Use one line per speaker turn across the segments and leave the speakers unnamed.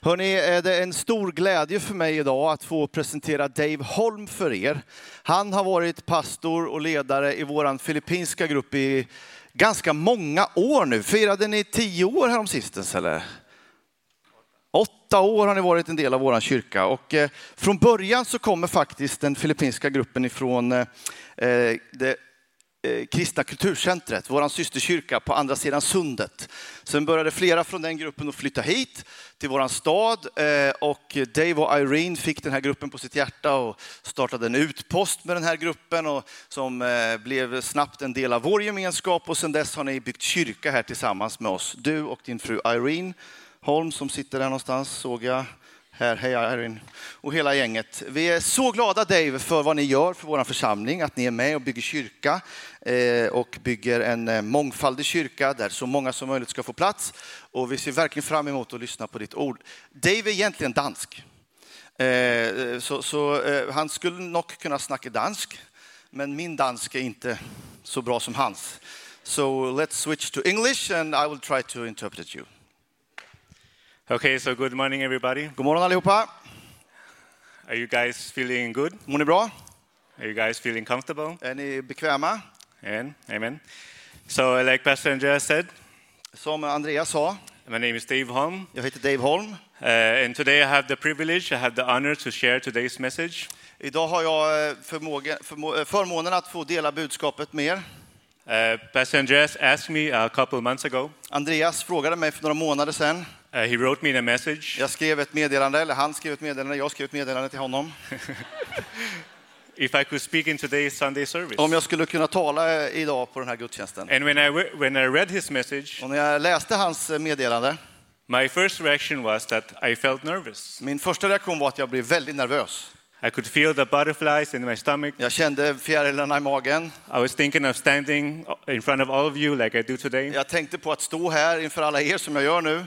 Hörrni, är det en stor glädje för mig idag att få presentera Dave Holm för er. Han har varit pastor och ledare i vår filippinska grupp i ganska många år nu. Firade ni tio år häromsistens eller? Åtta år har ni varit en del av vår kyrka och eh, från början så kommer faktiskt den filippinska gruppen ifrån eh, det eh, kristna kulturcentret, vår systerkyrka på andra sidan sundet. Sen började flera från den gruppen att flytta hit till vår stad eh, och Dave och Irene fick den här gruppen på sitt hjärta och startade en utpost med den här gruppen och som eh, blev snabbt en del av vår gemenskap och sen dess har ni byggt kyrka här tillsammans med oss. Du och din fru Irene Holm som sitter där någonstans såg jag. Här, hej Irene och hela gänget. Vi är så glada Dave för vad ni gör för vår församling, att ni är med och bygger kyrka eh, och bygger en eh, mångfaldig kyrka där så många som möjligt ska få plats. Och vi ser verkligen fram emot att lyssna på ditt ord. Dave är egentligen dansk, eh, så, så eh, han skulle nog kunna snacka dansk, men min dansk är inte så bra som hans. So let's switch to English and I will try to interpret you.
Okay, so good morning, everybody.
God morgon allihopa,
Are you guys feeling good?
mår ni bra?
Are you guys feeling comfortable?
Är ni bekväma?
Amen. Amen. So, uh, like Pastor Andrea said,
Som Andreas sa,
my name is Dave Holm,
jag heter Dave Holm.
uh, and today I have the privilege, I have the honor to share today's message.
Idag har jag eh, förmåga, förmå, eh, förmånen att få dela budskapet med er.
Uh, Pastor Andreas asked me a couple months ago.
Andreas frågade mig för några månader sedan.
Uh, he wrote me a message
Jag skrev ett meddelande, eller han skrev ett meddelande, jag skrev ett meddelande till honom.
if I could speak in today's Sunday service.
Om jag skulle kunna tala eh, idag på den här gudstjänsten.
And when I, w- when I read his message,
Och när jag läste hans eh, meddelande,
my first reaction was that I felt nervous.
min första reaktion var att jag blev väldigt nervös.
I could feel the butterflies in my stomach.
Jag kände fjärilarna i magen.
I was thinking of standing uh, in front of all of you like I do today,
Jag tänkte på att stå här inför alla er som jag gör nu.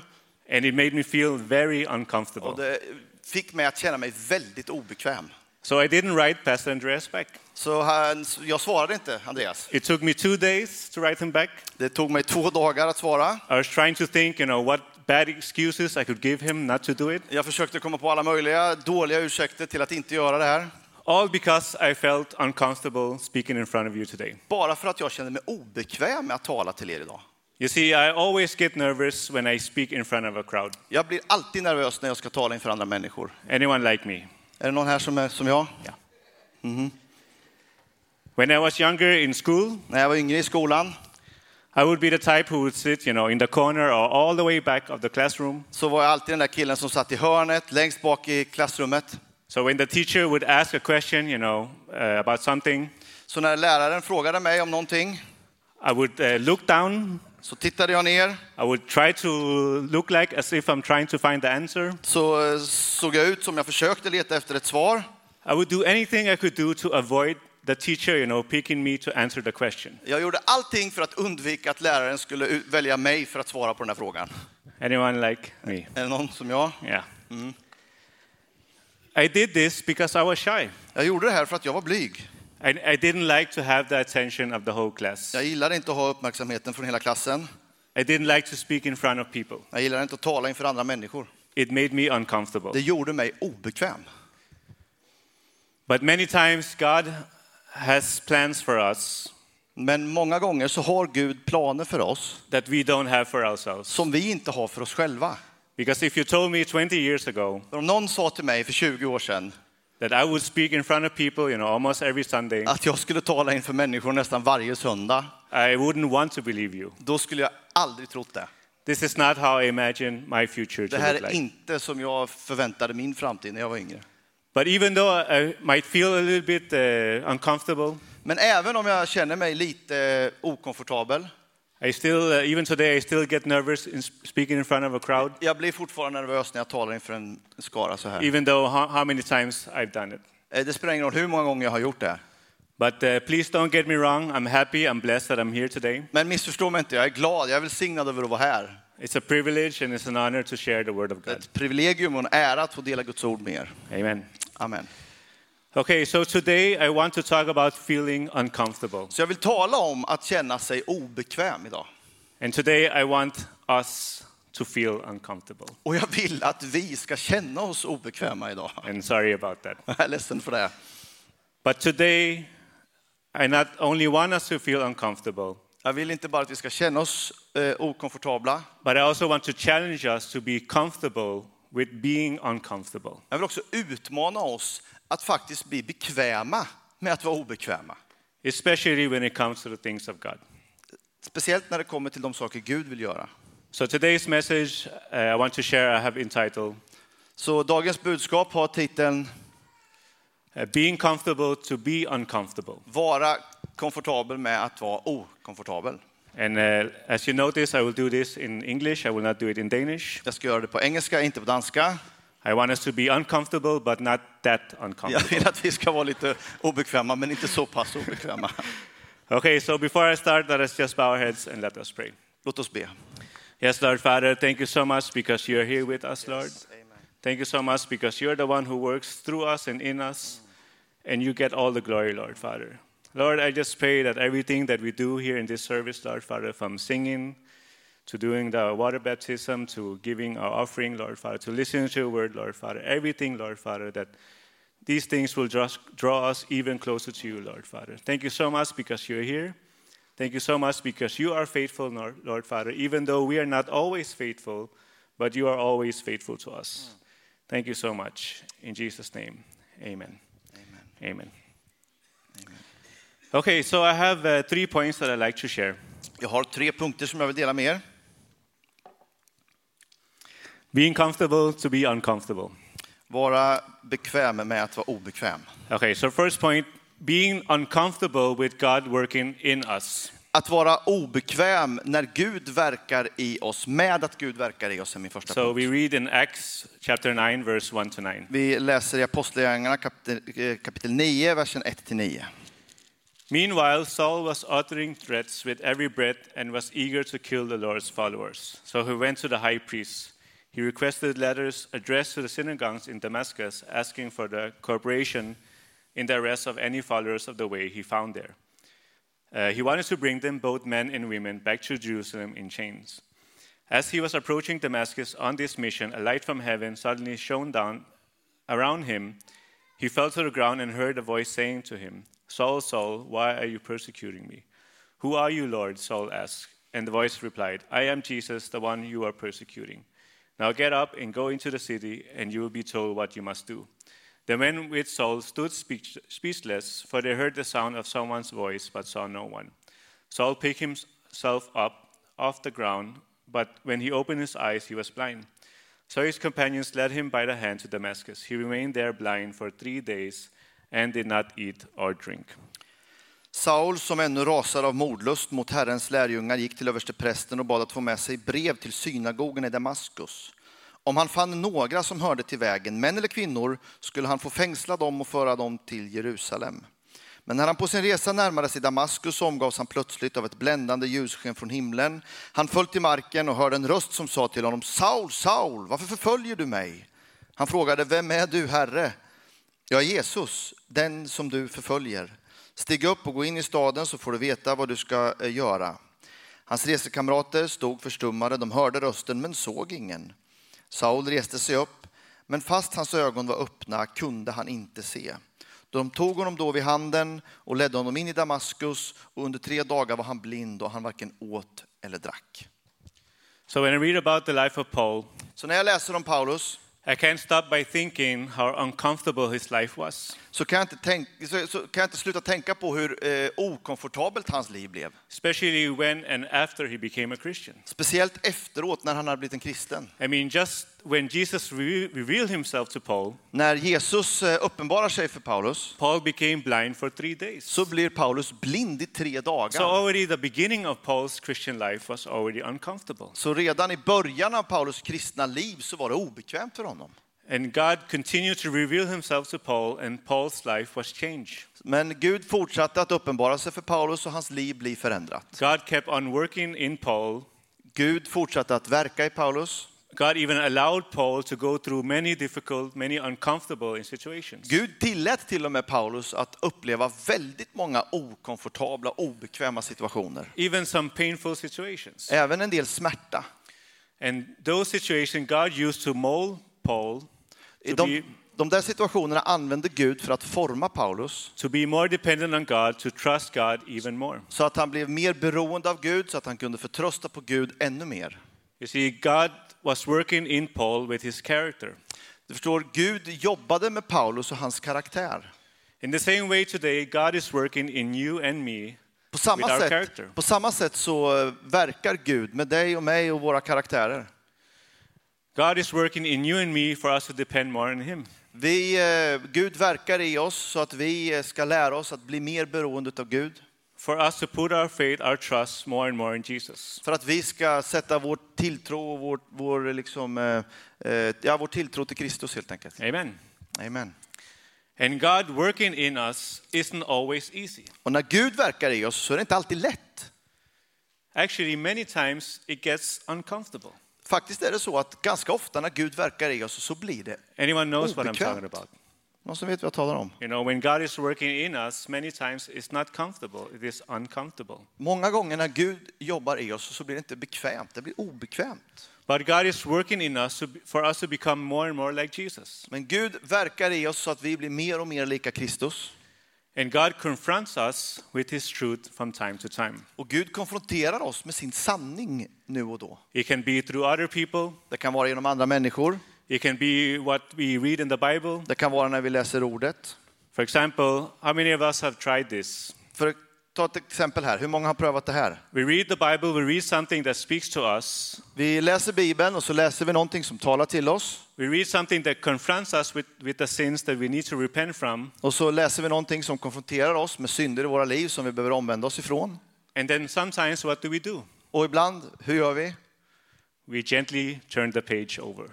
and it made me feel very
Och
uncomfortable.
det fick mig att känna mig väldigt obekväm.
So I didn't write Pastor Andreas back.
Så han, jag svarade inte, Andreas.
It took me two days to write him back.
Det tog mig två dagar att svara.
I was trying to think, you know, what bad excuses I could give him not to do it,
Jag försökte komma på alla möjliga dåliga ursäkter till att inte göra det här.
all because I felt uncomfortable speaking in front of you today.
Bara för att jag kände mig obekväm med att tala till er idag.
You see, I always get nervous when I speak in front of a crowd.
Jag blir alltid nervös när jag ska tala inför andra människor.
Anyone like me?
Är det någon här som är som jag?
When I was younger in school,
När jag var yngre i skolan
I would be the type who would sit, you know, in the corner or all the way back of the classroom
så var jag alltid den där killen som satt i hörnet längst bak i klassrummet.
So when the teacher would ask a question, you know, uh, about something,
Så när läraren frågade mig om någonting
I would uh, look down.
så tittade jag ner,
I would try to look like as if I'm trying to find the answer.
så eh, såg jag ut som jag försökte leta efter ett svar.
I would do anything I could do to avoid the teacher, you know, picking me to answer the question.
Jag gjorde allting för att undvika att läraren skulle u- välja mig för att svara på den här frågan.
Anyone like me?
Är det någon som jag?
Yeah. I did this because I was shy.
Jag gjorde det här för att jag var blyg.
I, I didn't like to have the attention of the whole class.
Jag gillade inte att ha uppmärksamheten från hela klassen.
I didn't like to speak in front of people.
Jag gillade inte att tala inför andra människor.
It made me uncomfortable.
Det gjorde mig obekväm.
But many times God has plans for us
Men många gånger så har Gud planer för oss
that we don't have for ourselves.
som vi inte har för oss själva.
Because if you told me 20 years ago
Om någon sa till mig för 20 år sedan
that I would speak in front of people, you know, almost every Sunday,
att jag skulle tala inför människor nästan varje söndag,
I wouldn't want to believe you.
då skulle jag aldrig trott det.
This is not how I imagine my future to
Det här
look
är
like.
inte som jag förväntade min framtid när jag var yngre.
But even though I might feel a little bit uh, uncomfortable,
Men även om jag känner mig lite eh, okomfortabel,
I still, uh, even today, I still get nervous in sp- speaking in front of a crowd,
jag blir fortfarande nervös när jag talar inför en skara så här.
even though how, how many times I've done it.
Eh, Det spelar ingen roll hur många gånger jag har gjort det.
But uh, please don't get me wrong. I'm happy. I'm blessed that I'm here today.
Men missförstå mig inte, jag är glad, jag är välsignad över att vara här.
It's a privilege and it's an honor to share the word of
Det är
God.
ett privilegium och en ära att få dela Guds ord med er.
Amen.
Amen.
Okay, so today I want to talk about feeling uncomfortable.
Så jag vill tala om att känna sig obekväm idag.
And today I want us to feel uncomfortable.
Och jag vill att vi ska känna oss obekväma idag.
And sorry about that.
Jag är ledsen för det.
But today, I not only want us to feel uncomfortable,
Jag vill inte bara att vi ska känna oss eh, okomfortabla.
but I also want to challenge us to be comfortable with being uncomfortable.
Jag vill också utmana oss att faktiskt bli bekväma med att vara obekväma.
especially when it comes to the things of God.
Speciellt när det kommer till de saker Gud vill göra.
So today's message uh, I want to share I have entitled
Så dagens budskap har titeln
uh, Being Comfortable to Be Uncomfortable.
Vara komfortabel med att vara okomfortabel.
And uh, as you notice, I will do this in English. I will not do it in Danish.
Jag ska göra det på engelska, inte på danska.
I want us to be uncomfortable, but not that
Jag
uncomfortable.
vill att vi ska vara lite obekväma, men inte så pass obekväma.
Okay, so before I start, let us just bow our heads and let us pray.
Låt oss be.
Yes, Lord Father, thank you so much because you're here with us, Lord. Thank you so much because you're the one who works through us and in us, and you get all the glory, Lord Father. Lord, I just pray that everything that we do here in this service, Lord Father, from singing to doing the water baptism to giving our offering, Lord Father, to listening to your word, Lord Father, everything, Lord Father, that these things will draw, draw us even closer to you, Lord Father. Thank you so much because you're here. Thank you so much because you are faithful, Lord Lord Father, even though we are not always faithful, but you are always faithful to us. Thank you so much. In Jesus' name, amen. Amen. amen. Okay, so I have uh, three points that I'd like to share.
Jag har tre punkter som jag vill dela med er.
Being comfortable to be uncomfortable.
Vara bekväm med att vara obekväm.
Okay, so first point being uncomfortable with God working in us.
Att vara obekväm när Gud verkar i oss, med att Gud verkar i oss är min första
So
punkt.
we read in Acts chapter 9, verse 1 to 9.
Vi läser i Apostlagärningarna kapitel, eh, kapitel 9, versen 1-9.
Meanwhile, Saul was uttering threats with every breath and was eager to kill the Lord's followers. So he went to the high priest. He requested letters addressed to the synagogues in Damascus, asking for the cooperation in the arrest of any followers of the way he found there. Uh, he wanted to bring them, both men and women, back to Jerusalem in chains. As he was approaching Damascus on this mission, a light from heaven suddenly shone down around him. He fell to the ground and heard a voice saying to him, Saul, Saul, why are you persecuting me? Who are you, Lord? Saul asked. And the voice replied, I am Jesus, the one you are persecuting. Now get up and go into the city, and you will be told what you must do. The men with Saul stood speech- speechless, for they heard the sound of someone's voice, but saw no one. Saul picked himself up off the ground, but when he opened his eyes, he was blind. So his companions led him by the hand to Damascus. He remained there blind for three days and did not eat or drink.
Saul, som ännu rasade av mordlust mot Herrens lärjungar, gick till översteprästen och bad att få med sig brev till synagogen i Damaskus. Om han fann några som hörde till vägen, män eller kvinnor, skulle han få fängsla dem och föra dem till Jerusalem. Men när han på sin resa närmade sig Damaskus omgavs han plötsligt av ett bländande ljussken från himlen. Han föll till marken och hörde en röst som sa till honom, Saul, Saul, varför förföljer du mig? Han frågade, vem är du, Herre? Jag är Jesus, den som du förföljer. Stig upp och gå in i staden så får du veta vad du ska eh, göra. Hans resekamrater stod förstummade, de hörde rösten men såg ingen. Saul reste sig upp, men fast hans ögon var öppna kunde han inte se. De tog honom då vid handen och ledde honom in i Damaskus och under tre dagar var han blind och han varken åt eller drack.
So when I read about the life of Paul,
Så när jag läser om Paulus
I can't stop by thinking how uncomfortable his life was,
så kan jag inte, tänka, så, så kan jag inte sluta tänka på hur eh, okomfortabelt hans liv blev.
especially when and after he became a Christian.
Speciellt efteråt när han hade blivit en kristen.
I mean, just when Jesus re- revealed himself to Paul,
När Jesus eh, uppenbarar sig för Paulus
Paul became blind for three days.
så blir Paulus blind i tre
So
dagar.
already the beginning of Paul's Christian life was already uncomfortable.
Så redan i början av Paulus kristna liv så var det obekvämt för honom.
And God continued to reveal himself to Paul, and Paul's life was changed.
Men Gud fortsatte att uppenbara sig för Paulus och hans liv blir förändrat.
God kept on working in Paul.
Gud fortsatte att verka i Paulus.
God even allowed Paul to go through many difficult, many uncomfortable situations.
Gud tillät till och med Paulus att uppleva väldigt många okomfortabla, obekväma situationer.
Even some painful situations.
Även en del smärta.
And those situations God used to mold Paul
I
to
de,
be,
de där situationerna använde Gud för att forma Paulus
to be more dependent on God, to trust God even more.
så att han blev mer beroende av Gud, så att han kunde förtrösta på Gud ännu mer.
You see, God was working in Paul with his character.
Du förstår, Gud jobbade med Paulus och hans karaktär.
In the same way today, God is working in you and me.
På samma,
With our
sätt,
character.
på samma sätt så eh, verkar Gud med dig och mig och våra karaktärer.
God is working in you and me for us to depend more on him.
Vi, eh, Gud verkar i oss så att vi eh, ska lära oss att bli mer beroende av Gud.
for us to put our faith, our trust more and more in Jesus.
För att vi ska sätta vår tilltro och vår, vår, liksom, eh, eh, ja, vår tilltro till Kristus helt enkelt.
Amen.
Amen.
And God working in us isn't always easy.
Och när Gud verkar i oss så är det inte alltid lätt.
Actually, many times it gets uncomfortable.
Faktiskt är det så att ganska ofta när Gud verkar i oss så blir det
Anyone knows what I'm
Obekvämt.
talking about.
någon som vet vad jag talar om.
You know, when God is working in us, many times it's not comfortable, it is uncomfortable.
Många gånger när Gud jobbar i oss så blir det inte bekvämt, det blir obekvämt.
But God is working in us to be- for us to become more and more like Jesus.
Men Gud verkar i oss så att vi blir mer och mer lika Kristus.
And God confronts us with His truth from time to time.
Och Gud konfronterar oss med sin sanning nu och då.
It can be through other people,
Det kan vara genom andra människor,
it can be what we read in the Bible,
det kan vara när vi läser ordet.
For example, how many of us have tried this?
För att ta ett exempel här, hur många har prövat det här?
We read the Bible, we read something that speaks to us,
Vi läser Bibeln och så läser vi någonting som talar till oss.
we read something that confronts us with, with the sins that we need to repent from,
Och så läser vi någonting som konfronterar oss med synder i våra liv som vi behöver omvända oss ifrån.
and then sometimes what do we do?
Och ibland, hur gör vi?
We gently turn the page over.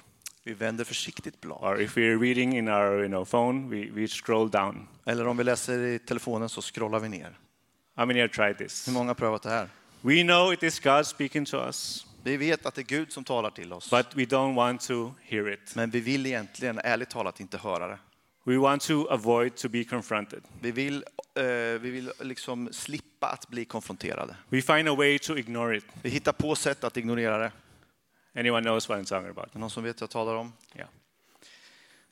Vi vänder försiktigt blad.
Or if we're reading in our you know, phone, we, we scroll down.
Eller om vi läser i telefonen så scrollar vi ner.
How many have tried this?
Hur många har prövat det här?
We know it is God speaking to us,
Vi vet att det är Gud som talar till oss.
but we don't want to hear it.
Men vi vill egentligen, ärligt talat, inte höra det.
We want to avoid to be confronted.
Vi vill, eh, vi vill liksom slippa att bli konfronterade.
We find a way to ignore it.
Vi hittar på sätt att ignorera det.
Anyone knows what I'm talking about?
Är det någon som vet vad jag talar om?
Yeah.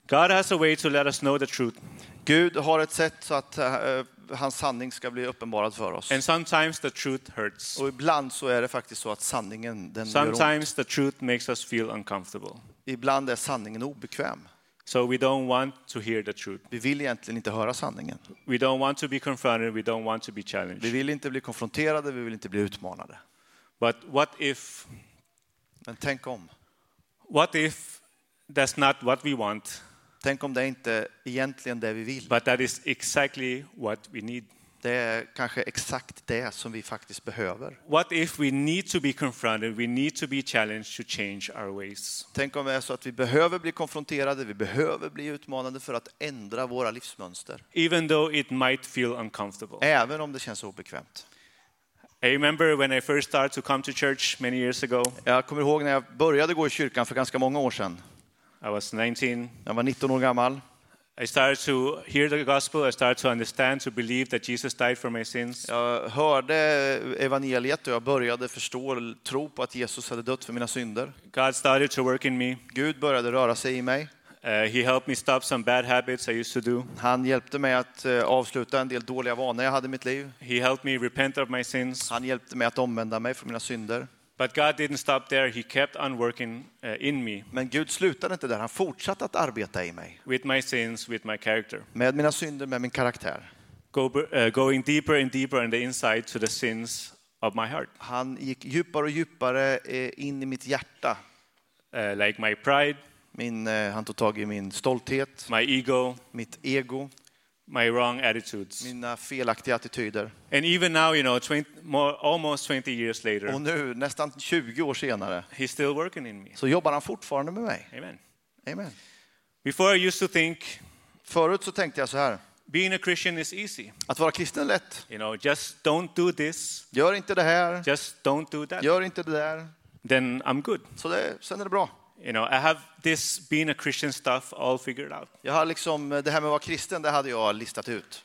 God has a way to let us know the truth.
Gud har ett sätt så att eh, hans sanning ska bli uppenbarad för oss.
And sometimes the truth hurts.
Och ibland så är det faktiskt så att sanningen, den gör ont.
Sometimes the truth makes us feel uncomfortable.
Ibland är sanningen obekväm.
So we don't want to hear the truth.
Vi vill egentligen inte höra sanningen.
We don't want to be confronted. We don't want to be
Vi
challenged.
vill inte bli konfronterade, vi vill inte bli utmanade.
But what if,
Men tänk om.
what if that's not what we want,
Tänk om det inte är egentligen det vi vill.
but that is exactly what we need?
Det är kanske exakt det som vi faktiskt behöver.
What if we need to be confronted? We need to be challenged to change our ways.
Tänk om det är så att vi behöver bli konfronterade, vi behöver bli utmanade för att ändra våra livsmönster.
Even though it might feel uncomfortable.
Även om det känns obekvämt.
I remember when I first started to come to church many years ago.
Jag kommer ihåg när jag började gå i kyrkan för ganska många år sedan.
I was 19.
Jag var 19 år gammal.
I started to hear the gospel. I started to understand, to believe that Jesus died for my sins.
Jag hörde evangeliet och jag började förstå och tro på att Jesus hade dött för mina synder.
God started to work in me.
Gud började röra sig i mig.
Uh, he helped me stop some bad habits I used to do.
Han hjälpte mig att eh, avsluta en del dåliga vanor jag hade i mitt liv.
He helped me repent of my sins.
Han hjälpte mig att omvända mig från mina synder.
But God didn't stop there. He kept on working uh, in me
Men Gud slutade inte där, han fortsatte att arbeta i mig.
with my sins, with my character,
Med mina synder, med min karaktär.
Go, uh, going deeper and deeper on the inside to the sins of my heart,
Han gick djupare och djupare eh, in i mitt hjärta.
uh, like my pride,
Min, eh, han tog tag i min stolthet,
my ego,
mitt ego,
my wrong attitudes.
mina felaktiga attityder.
And even now, you know, 20, more, almost 20 years
Och
later,
nu, nästan 20 år senare,
He's still working in me.
så jobbar han fortfarande med mig.
Amen.
Amen.
Before I used to think
Förut så tänkte jag så här,
being a Christian is easy.
att vara kristen är lätt.
You know, just don't do this,
Gör inte det här,
just don't do that.
gör inte det där.
Then I'm good.
Så det, sen är det bra.
You know, I have this being a Christian stuff all figured out.
Jag har liksom, det här med att vara kristen, det hade jag listat ut.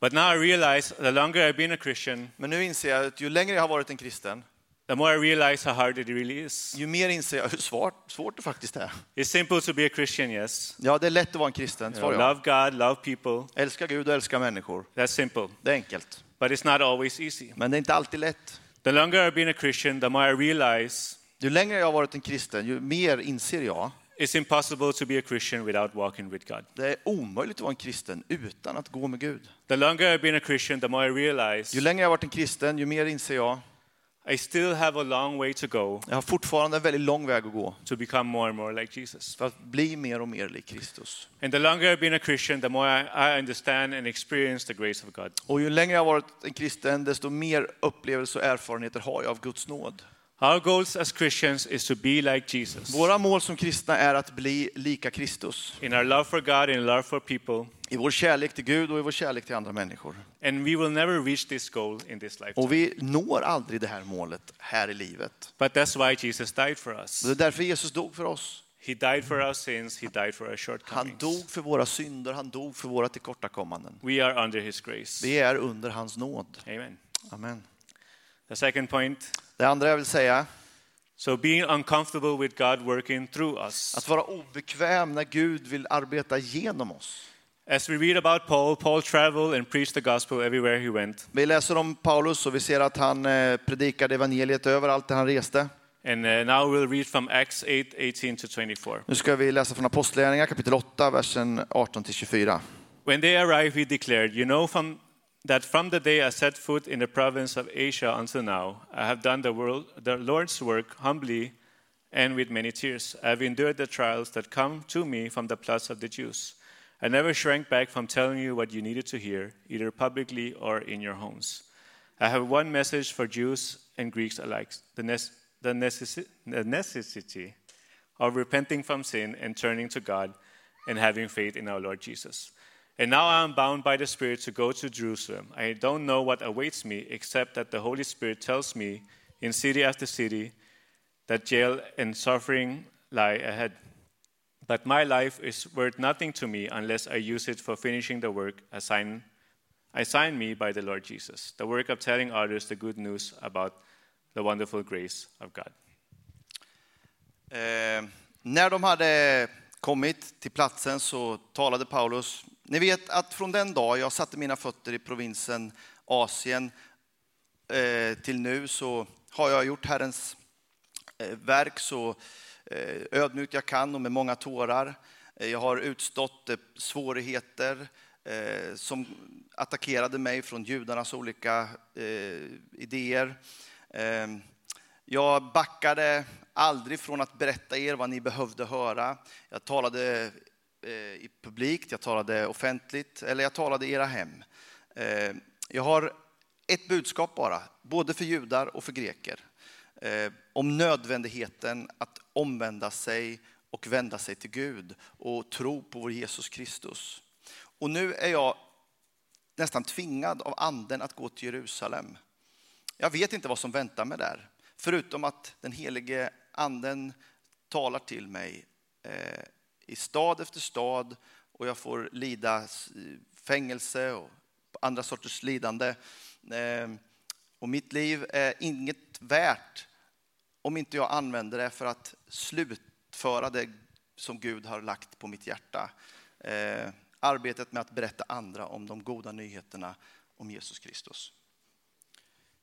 But now I realize the longer I've been a Christian,
Men nu inser jag att ju längre jag har varit en kristen,
the more I realize how hard it really is.
Ju mer inser jag hur svårt, svårt det faktiskt är.
It's simple to be a Christian, yes.
Ja, det är lätt att vara en kristen,
You know,
svarar jag.
love God, love people.
Älska Gud och älska människor.
That's simple.
Det är enkelt.
But it's not always easy.
Men det är inte alltid lätt.
The longer I've been a Christian, the more I realize
Ju längre jag har varit en kristen, ju mer inser jag
it's impossible to be a Christian without walking with God.
det är omöjligt att vara en kristen utan att gå med Gud.
The longer I've been a Christian, the more I
Ju
realize
längre jag har varit en kristen, ju mer inser jag
I still have a long way to go
jag har fortfarande en väldigt lång väg att gå
to become more and more like Jesus.
för att bli mer och mer lik Kristus.
And the longer I've been a Christian, the more I, I understand and experience the grace of God.
Och ju längre jag har varit en kristen, desto mer upplevelse och erfarenheter har jag av Guds nåd.
Our goals as Christians is to be like Jesus
Våra mål som kristna är att bli lika Kristus
in our love for God and love for people.
i vår kärlek till Gud och i vår kärlek till andra människor.
And we will never reach this goal in this life.
Och vi når aldrig det här målet här i livet.
But that's why Jesus died for
Och det
us.
är därför Jesus dog för oss.
He died for our sins, He died for our
Han
shortcomings.
dog för våra synder, han dog för våra tillkortakommanden.
We are under His grace.
Vi är under hans nåd.
Amen.
Amen.
The second point
Det andra jag vill säga,
so being uncomfortable with God working through us.
att vara obekväm när Gud vill arbeta genom oss.
As we read about Paul, Paul traveled and preached the gospel everywhere he went.
Vi läser om Paulus och vi ser att han eh, predikade evangeliet överallt där han reste.
And uh, now we'll read from Acts 8 18 to 24.
Nu ska vi läsa från Apostlagärningarna kapitel 8, versen 18 till 24.
When they arrived, he declared, You know from, that from the day I set foot in the province of Asia until now, I have done the, world, the Lord's work humbly and with many tears. I have endured the trials that come to me from the plots of the Jews. I never shrank back from telling you what you needed to hear, either publicly or in your homes. I have one message for Jews and Greeks alike the, nes- the, necessi- the necessity of repenting from sin and turning to God and having faith in our Lord Jesus. And now I am bound by the Spirit to go to Jerusalem. I don't know what awaits me, except that the Holy Spirit tells me in city after city that jail and suffering lie ahead. But my life is worth nothing to me unless I use it for finishing the work assigned, assigned me by the Lord Jesus, the work of telling others the good news about the wonderful grace of God.
Eh, när de hade kommit till platsen så talade Paulus. Ni vet att från den dag jag satte mina fötter i provinsen Asien eh, till nu så har jag gjort Herrens eh, verk så eh, ödmjukt jag kan och med många tårar. Eh, Jag har utstått eh, svårigheter eh, som attackerade mig från judarnas olika eh, idéer. Eh, Jag backade aldrig från att berätta er vad ni behövde höra. Jag talade eh, i publikt, jag talade offentligt eller jag talade i era hem. Eh, Jag har ett budskap bara, både för judar och för greker eh, om nödvändigheten att omvända sig och vända sig till Gud och tro på vår Jesus Kristus. Och nu är jag nästan tvingad av anden att gå till Jerusalem. Jag vet inte vad som väntar mig där, förutom att den helige anden talar till mig eh, i stad efter stad och jag får lida s- fängelse och andra sorters lidande. Eh, och mitt liv är inget värt om inte jag använder det för att slutföra det som Gud har lagt på mitt hjärta. Eh, arbetet med att berätta andra om de goda nyheterna om Jesus Kristus.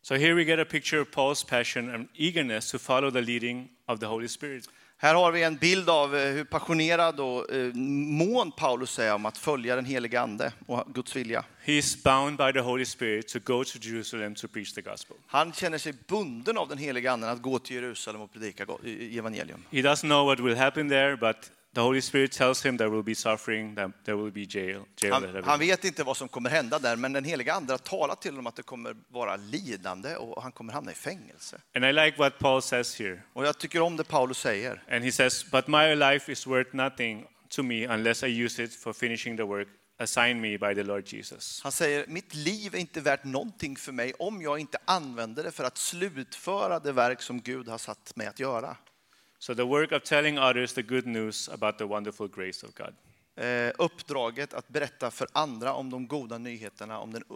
So here we get a picture of Paul's passion and eagerness to follow the leading of the Holy Spirit.
Här har vi en bild av eh, hur passionerad och eh, mån Paulus är om att följa den helige Ande och Guds vilja.
He is bound by the Holy Spirit to go to Jerusalem to preach the gospel.
Han känner sig bunden av den helige Anden att gå till Jerusalem och predika go- i- i evangelium.
He doesn't know what will happen there, but the Holy Spirit tells him there will be suffering, that there will be jail. jail
Han,
that
han vet inte vad som kommer hända där, men den heliga Ande har talat till honom att det kommer vara lidande och han kommer hamna i fängelse.
And I like what Paul says here.
Och jag tycker om det Paulus säger.
And he says, But my life is worth nothing to me unless I use it for finishing the work assigned me by the Lord Jesus.
Han säger, mitt liv är inte värt någonting för mig om jag inte använder det för att slutföra det verk som Gud har satt mig att göra.
So the work of telling others the good news about the wonderful grace of God.
Eh, uppdraget att berätta för andra om de goda nyheterna, om den u-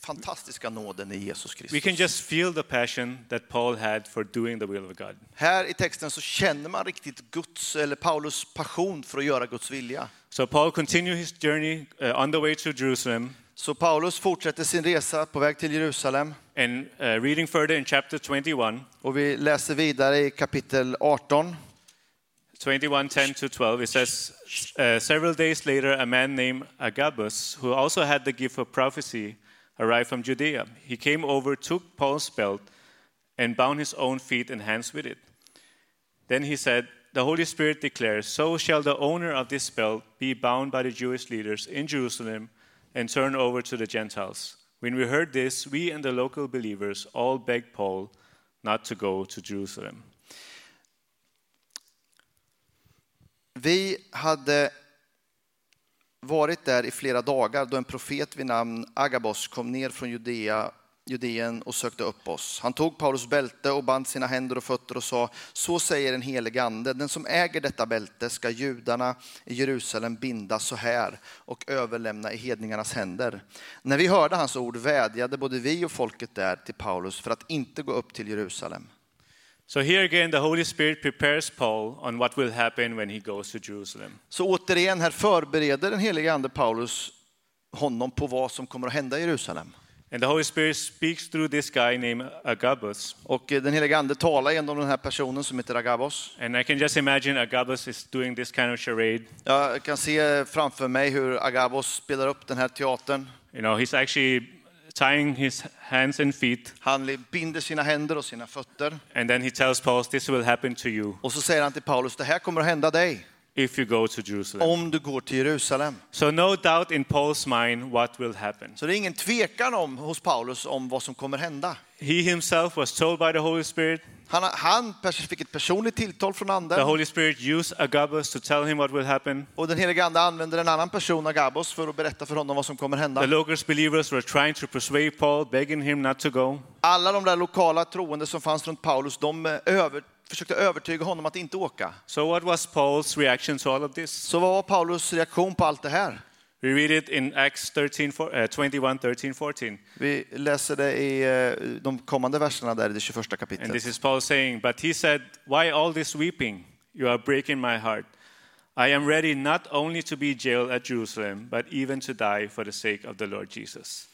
fantastiska nåden i Jesus
We can
Kristus.
just feel the passion that Paul had for doing the will of God.
Här i texten så känner man riktigt Guds, eller Paulus passion för att göra Guds vilja.
So Paul continued his journey uh, on the way to Jerusalem
Så Paulus fortsätter sin resa på väg till Jerusalem
and uh, reading further in chapter 21,
och vi läser vidare i kapitel 18.
21, 10 to 12, it says, uh, Several days later, a man named Agabus, who also had the gift of prophecy, arrived from Judea. He came over, took Paul's belt, and bound his own feet and hands with it. Then he said, The Holy Spirit declares, So shall the owner of this belt be bound by the Jewish leaders in Jerusalem and turned over to the Gentiles. When we heard this, we and the local believers all begged Paul not to go to Jerusalem.
Vi hade varit där i flera dagar då en profet vid namn Agabos kom ner från Judea, Judeen och sökte upp oss. Han tog Paulus bälte och band sina händer och fötter och sa, så säger den helige ande, den som äger detta bälte ska judarna i Jerusalem binda så här och överlämna i hedningarnas händer. När vi hörde hans ord vädjade både vi och folket där till Paulus för att inte gå upp till Jerusalem.
So here again, the Holy Spirit prepares Paul on what will happen when he goes to Jerusalem.
Så återigen, här förbereder den helige ande Paulus honom på vad som kommer att hända i Jerusalem.
And the Holy Spirit speaks through this guy named Agabus.
Och eh, den helige ande talar genom den här personen som heter Agabos.
And I can just imagine Agabus is doing this kind of charade.
Jag kan se framför mig hur Agabos spelar upp den här teatern.
You know, he's actually tying his hands and feet.
Han li- binder sina händer och sina fötter.
And then he tells Paul, This will happen to you
Och så säger han till Paulus, det här kommer att hända dig
if you go to Jerusalem.
om du går till Jerusalem.
So, no doubt in Paul's mind what will happen.
Så det är ingen tvekan om, hos Paulus om vad som kommer hända.
He himself was told by the Holy Spirit.
Han, han pers- fick ett personligt tilltal från
The
anden.
Holy Spirit used Agabus to tell him what will happen.
Och den helige ande använder en annan person, Agabos, för att berätta för honom vad som kommer hända.
The local believers were trying to persuade Paul, begging him not to go.
Alla de där lokala troende som fanns runt Paulus, de eh, över, försökte övertyga honom att inte åka.
So, what was Paul's reaction to all of this?
Så vad var Paulus reaktion på allt det här?
We read it in Acts 13, four- uh, 21, 13, 14.
Vi läser det i eh, de kommande verserna där i det 21
And this
kapitlet.
is Paul saying, But he said, Why all this weeping? You are breaking my heart. I am ready not only to be jailed at Jerusalem, but even to die for the sake of the Lord Jesus.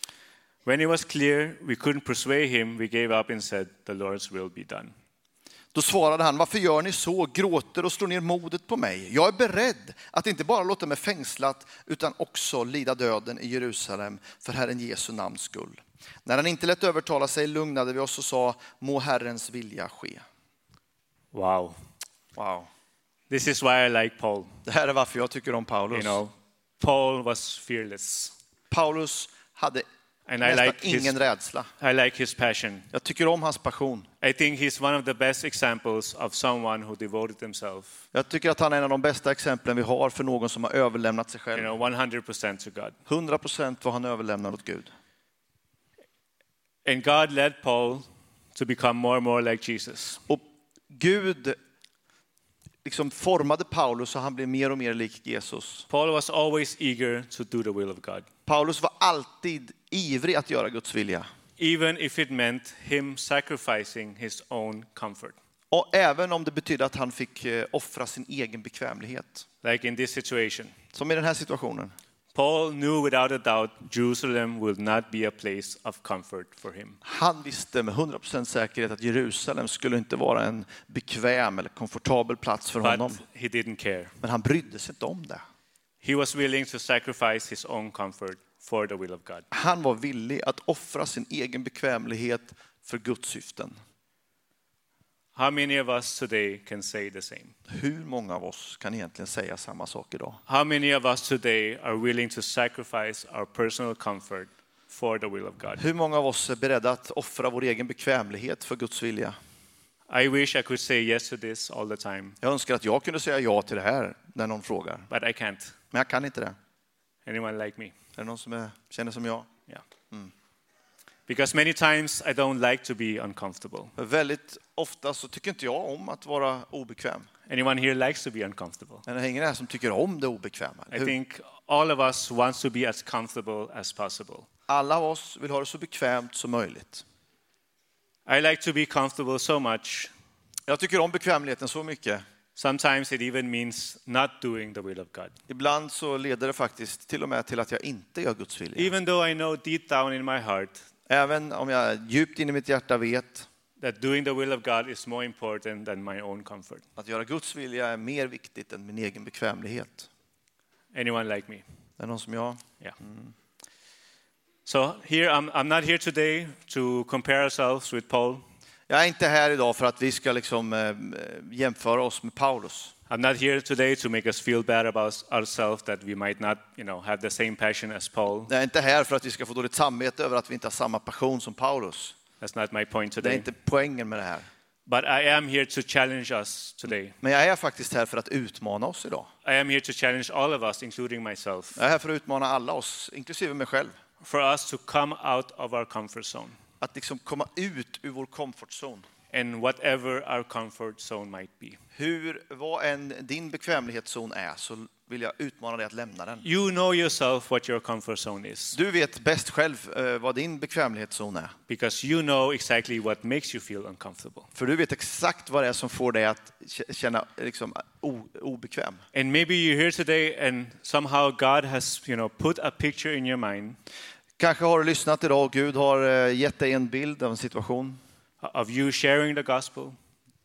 When it was clear we couldn't persuade him, we gave up and said, The Lord's will be done.
Då svarade han, varför gör ni så, gråter och slår ner modet på mig? Jag är beredd att inte bara låta mig fängslat utan också lida döden i Jerusalem för Herren Jesu namns skull. När han inte lät övertala sig lugnade vi oss och sa, må Herrens vilja ske.
Wow.
Wow.
This is why I like Paul.
Det här är varför jag tycker om Paulus.
You know, Paul was fearless.
Paulus hade
And I
nästan
like,
ingen
his,
rädsla.
I like his passion.
Jag tycker om hans passion.
I think he's one of the best examples of someone who devoted himself,
Jag tycker att han är en av de bästa exemplen vi har för någon som har överlämnat sig
you
själv.
know, 100% to God.
100 procent vad han överlämnar åt Gud.
And God led Paul to become more and more like Jesus.
Och Gud liksom formade Paulus så han blev mer och mer lik Jesus.
Paul was always eager to do the will of God,
Paulus var alltid ivrig att göra Guds vilja.
even if it meant him sacrificing his own comfort.
Och även om det betydde att han fick eh, offra sin egen bekvämlighet.
Like in this situation,
Som i den här situationen.
Paul knew without a doubt Jerusalem would not be a place of comfort for him.
Han visste med 100 procent säkerhet att Jerusalem skulle inte vara en bekväm eller komfortabel plats för honom.
But he didn't care.
Men han brydde sig inte om det.
He was willing to sacrifice his own comfort for the will of God.
Han var villig att offra sin egen bekvämlighet för Guds syften.
How many of us today can say the same?
Hur många av oss kan egentligen säga samma sak idag?
How many of us today are willing to sacrifice our personal comfort for the will of God?
Hur många av oss är beredda att offra vår egen bekvämlighet för Guds vilja?
I wish I could say yes to this all the time,
Jag önskar att jag kunde säga ja till det här när någon frågar,
but I can't.
men jag kan inte det.
Anyone like me?
Är det någon som är, känner som jag?
Yeah. Because many times I don't like to be uncomfortable.
För Väldigt ofta så tycker inte jag om att vara obekväm.
Anyone here likes to be uncomfortable.
Men det hänger här som tycker om det obekväma.
I
Hur?
think all of us wants to be as comfortable as possible.
Alla av oss vill ha det så bekvämt som möjligt.
I like to be comfortable so much.
Jag tycker om bekvämligheten så mycket.
Sometimes it even means not doing the will of God.
Ibland så leder det faktiskt till och med till att jag inte gör Guds vilja.
Even though I know deep down in my heart
Även om jag djupt in i mitt hjärta vet
that doing the will of God is more important than my own comfort.
att göra Guds vilja är mer viktigt än min egen bekvämlighet.
Anyone like me?
Det är någon som jag.
Yeah. So here, I'm, I'm not here today to compare ourselves with Paul.
Jag är inte här idag för att vi ska liksom eh, jämföra oss med Paulus.
I'm not here today to make us feel bad about ourselves that we might not, you know, have the same passion as Paul.
Jag är inte här för att vi ska få dåligt samvete över att vi inte har samma passion som Paulus.
That's not my point
Det är
today.
inte poängen med det här.
But I am here to challenge us today.
Men jag är faktiskt här för att utmana oss idag.
I am here to challenge all of us, including myself,
Jag är här för att utmana alla oss, inklusive mig själv.
for us to come out of our comfort zone
Att liksom komma ut ur vår comfort zone.
and whatever our comfort zone might be.
Hur, vad än din bekvämlighetszon är så vill jag utmana dig att lämna den.
You know yourself what your comfort zone is
Du vet bäst själv eh, vad din bekvämlighetszon är.
because you know exactly what makes you feel uncomfortable.
För du vet exakt vad det är som får dig att k- känna eh, liksom, o- obekväm.
And maybe you're here today and somehow God has, you know, put a picture in your mind
Kanske har du lyssnat idag och Gud har eh, gett dig en bild av en situation.
of you sharing the gospel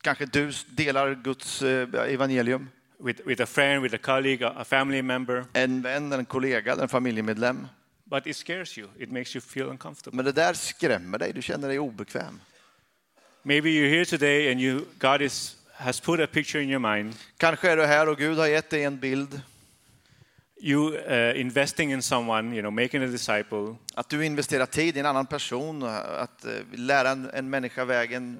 Kanske du s- delar Guds eh, evangelium.
with, with a friend, with a colleague, a a family member,
En vän, en kollega, en familjemedlem.
but it scares you. It makes you feel uncomfortable.
Men det där skrämmer dig, du känner dig obekväm.
Maybe you're here today and you, God is, has put a picture in your mind.
Kanske är du här och Gud har gett dig en bild.
You uh, investing in someone, you know, making a disciple,
Att du investerar tid i en annan person, att eh, lära en, en människa vägen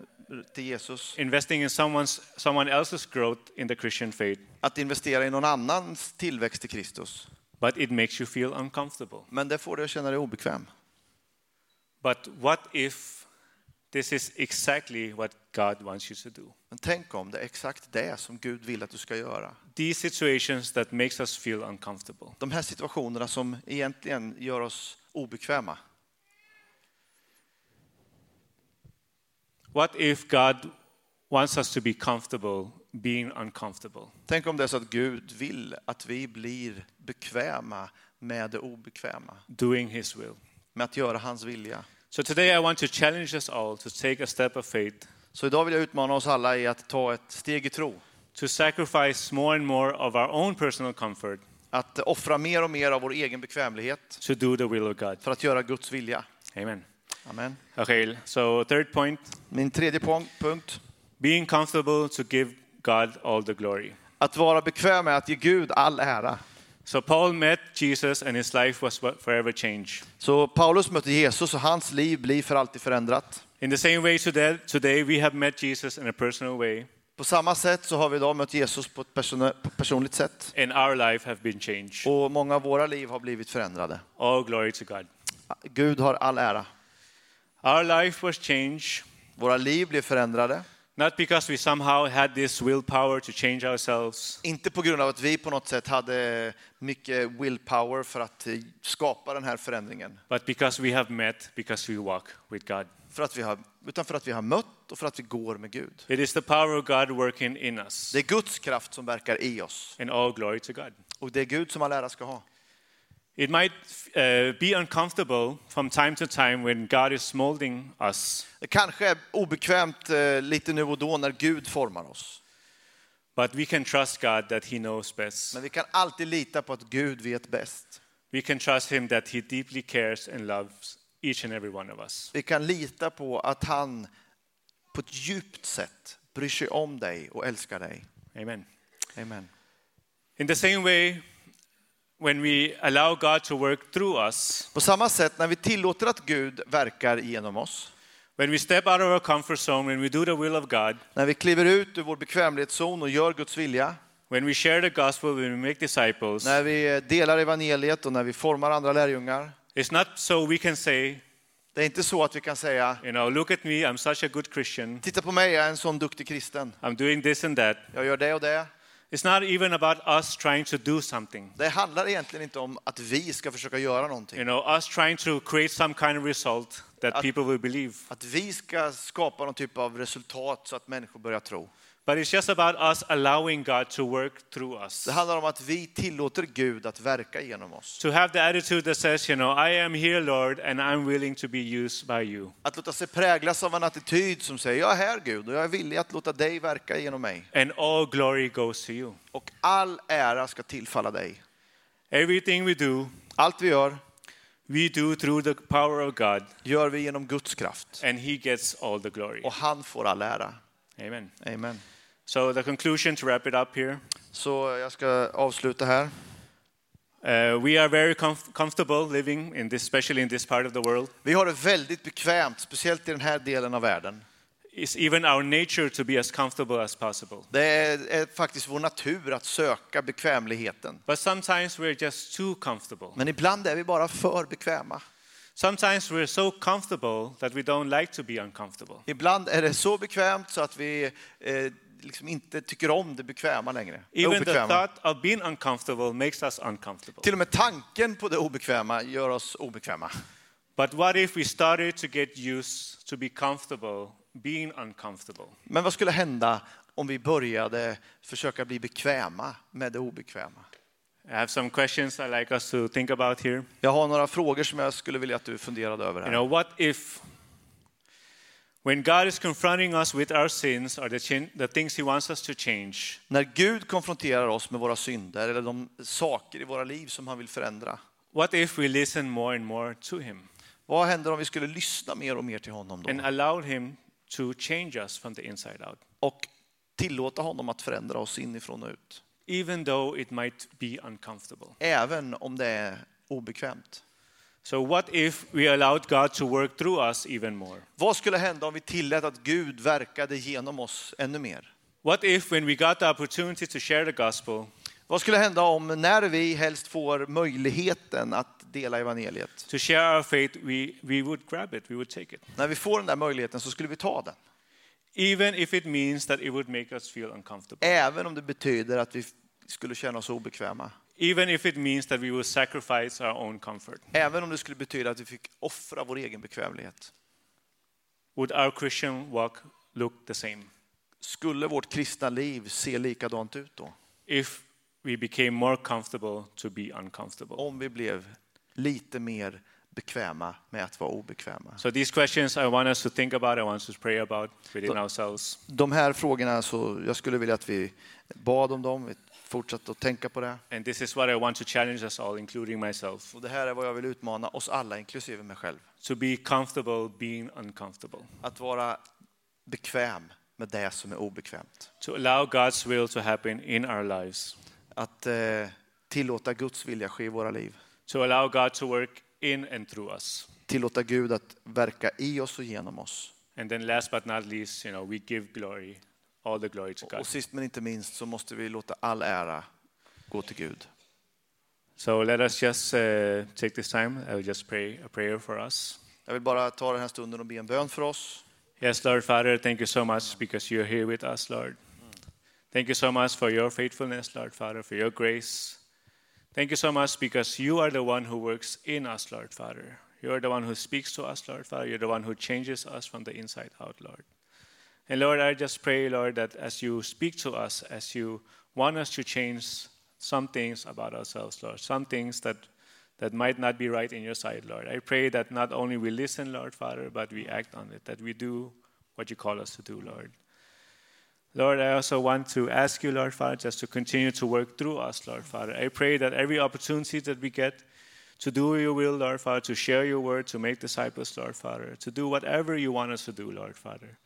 till Jesus.
investing in someone's, someone else's growth in the Christian faith,
Att investera i någon annans tillväxt i Kristus.
but it makes you feel uncomfortable.
Men det får dig att känna dig obekväm.
But what if this is exactly what God wants you to do?
Men tänk om det är exakt det som Gud vill att du ska göra.
These situations that makes us feel uncomfortable.
De här situationerna som egentligen gör oss obekväma.
What if God wants us to be comfortable being uncomfortable?
Tänk om det är så att Gud vill att vi blir bekväma med det obekväma,
doing his will.
med att göra hans vilja.
So today I want to challenge us all to take a step of faith,
Så idag vill jag utmana oss alla i att ta ett steg i tro.
to sacrifice more and more of our own personal comfort
Att offra mer och mer av vår egen bekvämlighet
to do the will of God.
för att göra Guds vilja.
Amen.
Amen.
Okay, so third point,
Min tredje pon- punkt.
being comfortable to give God all the glory.
Att vara bekväm med att ge Gud all ära.
So Paul met Jesus and his life was what- forever changed.
Så Paulus mötte Jesus och hans liv blir för alltid förändrat.
In the same way today, today we have met Jesus in a personal way
På samma sätt så har vi idag mött Jesus på ett person- på ett personligt sätt.
and our life have been changed.
Och många av våra liv har blivit förändrade.
All glory to God.
Gud har all ära.
Our life was changed
Våra liv blev förändrade.
Not because we somehow had this willpower to change ourselves,
Inte på grund av att vi på något sätt hade mycket willpower för att eh, skapa den här förändringen.
but because we have met, because we walk with God.
För att vi har, utan för att vi har mött och för att vi går med Gud.
It is the power of God working in us,
Det är Guds kraft som verkar i oss.
and all glory to God.
Och det är Gud som all ära ska ha.
It might uh, be uncomfortable from time to time when God is molding us,
Det kanske är obekvämt eh, lite nu och då när Gud formar oss.
but we can trust God that He knows best.
Men vi kan alltid lita på att Gud vet bäst.
We can trust Him that He deeply cares and loves each and every one of us.
Vi kan lita på att han på ett djupt sätt bryr sig om dig och älskar dig.
Amen.
Amen.
In the same way, when we allow God to work through us,
På samma sätt när vi tillåter att Gud verkar genom oss,
When we step out of our comfort zone, when we do the will of God,
när vi kliver ut ur vår bekvämlighetszon och gör Guds vilja,
when we share the gospel, when we make disciples,
när vi delar evangeliet och när vi formar andra lärjungar.
it's not so we can say,
Det är inte så att vi kan säga,
you know, look at me, I'm such a good Christian,
titta på mig, jag är en sån duktig kristen.
I'm doing this and that,
Jag gör det och det.
It's not even about us trying to do something,
Det handlar egentligen inte om att vi ska försöka göra någonting.
you know, us trying to create some kind of result that
Att-
people will believe.
Att vi ska skapa någon typ av resultat så att människor börjar tro.
But it's just about us allowing God to work through us.
Det handlar om att vi tillåter Gud att verka genom oss.
To have the attitude that says, you know, I am here, Lord, and I'm willing to be used by you.
Att låta sig präglas av en attityd som säger jag är här Gud och jag är villig att låta dig verka genom mig.
And all glory goes to you.
Och all ära ska tillfalla dig.
Everything we do,
Allt vi gör,
we do through the power of God,
gör vi genom Guds kraft.
and He gets all the glory.
Och han får all ära.
Amen.
Amen.
So, the conclusion to wrap it up here
Så jag ska avsluta här.
uh, we are very comf- comfortable living, in this, especially in this part of the world.
Vi har det väldigt bekvämt, speciellt i den här delen av världen.
It's even our nature to be as comfortable as possible.
Det är, är faktiskt vår natur att söka bekvämligheten.
But sometimes we're just too comfortable.
Men ibland är vi bara för bekväma.
Sometimes we're so comfortable that we don't like to be uncomfortable.
Ibland är det så bekvämt så att vi eh, liksom inte tycker om det bekväma längre. Det
Even the
obekväma.
thought of being uncomfortable makes us uncomfortable.
Till och med tanken på det obekväma gör oss obekväma.
But what if we started to get used to be comfortable being uncomfortable?
Men vad skulle hända om vi började försöka bli bekväma med det obekväma?
I have some questions I'd like us to think about here.
Jag har några frågor som jag skulle vilja att du funderade över
You
här.
know, what if when God is confronting us with our sins or the, chin- the things He wants us to change,
När Gud konfronterar oss med våra synder eller de saker i våra liv som han vill förändra,
what if we listen more and more to Him
vad händer om vi skulle lyssna mer och mer till honom då?
and allow Him to change us from the inside out,
Och tillåta honom att förändra oss inifrån och ut,
even though it might be uncomfortable?
även om det är obekvämt.
So, what if we allowed God to work through us even more?
Vad skulle hända om vi tillät att Gud verkade genom oss ännu mer?
What if, when we got the opportunity to share the gospel,
Vad skulle hända om när vi helst får möjligheten att dela evangeliet?
to share our faith, we, we would grab it, we would take it,
När vi får den där möjligheten så skulle vi ta den,
even if it means that it would make us feel uncomfortable,
även om det betyder att vi skulle känna oss obekväma.
even if it means that we will sacrifice our own comfort.
Även om det skulle betyda att vi fick offra vår egen bekvämlighet.
Would our Christian walk look the same
Skulle vårt kristna liv se likadant ut då?
if we became more comfortable to be uncomfortable?
Om vi blev lite mer bekväma med att vara obekväma.
So, these questions I want us to think about, I want us to pray about within ourselves.
De här frågorna, så jag skulle vilja att vi bad om dem, vi fortsatte att tänka på det.
And this is what I want to challenge us all, including myself,
Och det här är vad jag vill utmana oss alla, inklusive mig själv.
to be comfortable being uncomfortable,
Att vara bekväm med det som är obekvämt.
to allow God's will to happen in our lives.
Att eh, tillåta Guds vilja ske i våra liv.
to allow God to work in and through us.
Tillåta Gud att verka i oss och genom oss.
And then last but not least, you know, we give glory, all the glory to God.
Och sist men inte minst så måste vi låta all ära gå till Gud.
So let us just uh, take this time. I will just pray a prayer for us.
Jag vill bara ta den här stunden och be en bön för oss.
Yes, Lord Father, thank you so much because you're here with us, Lord. Thank you so much for your faithfulness, Lord Father, for your grace. Thank you so much because you are the one who works in us, Lord Father. You are the one who speaks to us, Lord Father. You're the one who changes us from the inside out, Lord. And Lord, I just pray, Lord, that as you speak to us, as you want us to change some things about ourselves, Lord, some things that that might not be right in your sight, Lord. I pray that not only we listen, Lord Father, but we act on it, that we do what you call us to do, Lord. Lord, I also want to ask you, Lord Father, just to continue to work through us, Lord Father. I pray that every opportunity that we get to do your will, Lord Father, to share your word, to make disciples, Lord Father, to do whatever you want us to do, Lord Father.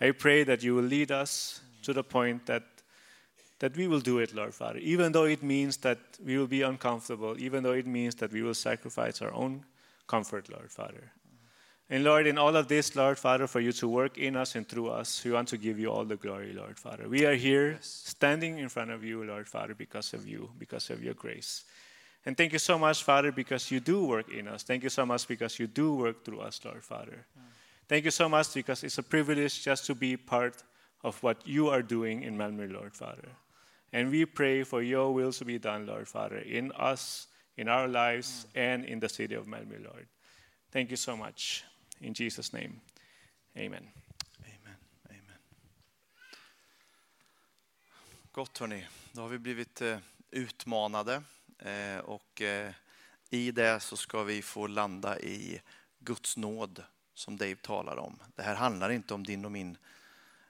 I pray that you will lead us to the point that that we will do it, Lord Father, even though it means that we will be uncomfortable, even though it means that we will sacrifice our own comfort, Lord Father. And Lord, in all of this, Lord Father, for you to work in us and through us, we want to give you all the glory, Lord Father. We are here standing in front of you, Lord Father, because of you, because of your grace. And thank you so much, Father, because you do work in us. Thank you so much because you do work through us, Lord Father. Thank you so much because it's a privilege just to be part of what you are doing in Malmö, Lord Father. And we pray for your will to be done, Lord Father, in us, in our lives, and in the city of Malmö, Lord. Thank you so much. In Jesus' name, amen.
Amen. Amen. Gott hörni, då har vi blivit eh, utmanade eh, och eh, i det så ska vi få landa i Guds nåd som Dave talar om. Det här handlar inte om din och min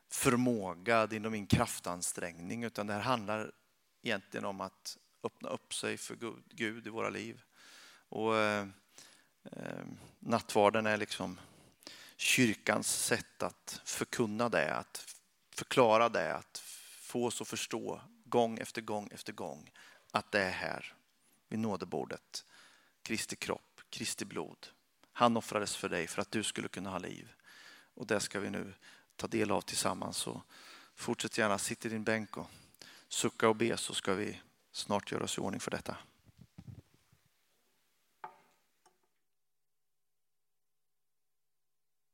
förmåga, din och min kraftansträngning, utan det här handlar egentligen om att öppna upp sig för Gud, Gud i våra liv. Och eh, eh, nattvarden är liksom kyrkans sätt att förkunna det, att förklara det, att få oss att förstå gång efter gång efter gång att det är här vid nådebordet. Kristi kropp, Kristi blod. Han offrades för dig för att du skulle kunna ha liv. Och det ska vi nu ta del av tillsammans. Så fortsätt gärna, sitt i din bänk och sucka och be så ska vi snart göra oss i ordning för detta.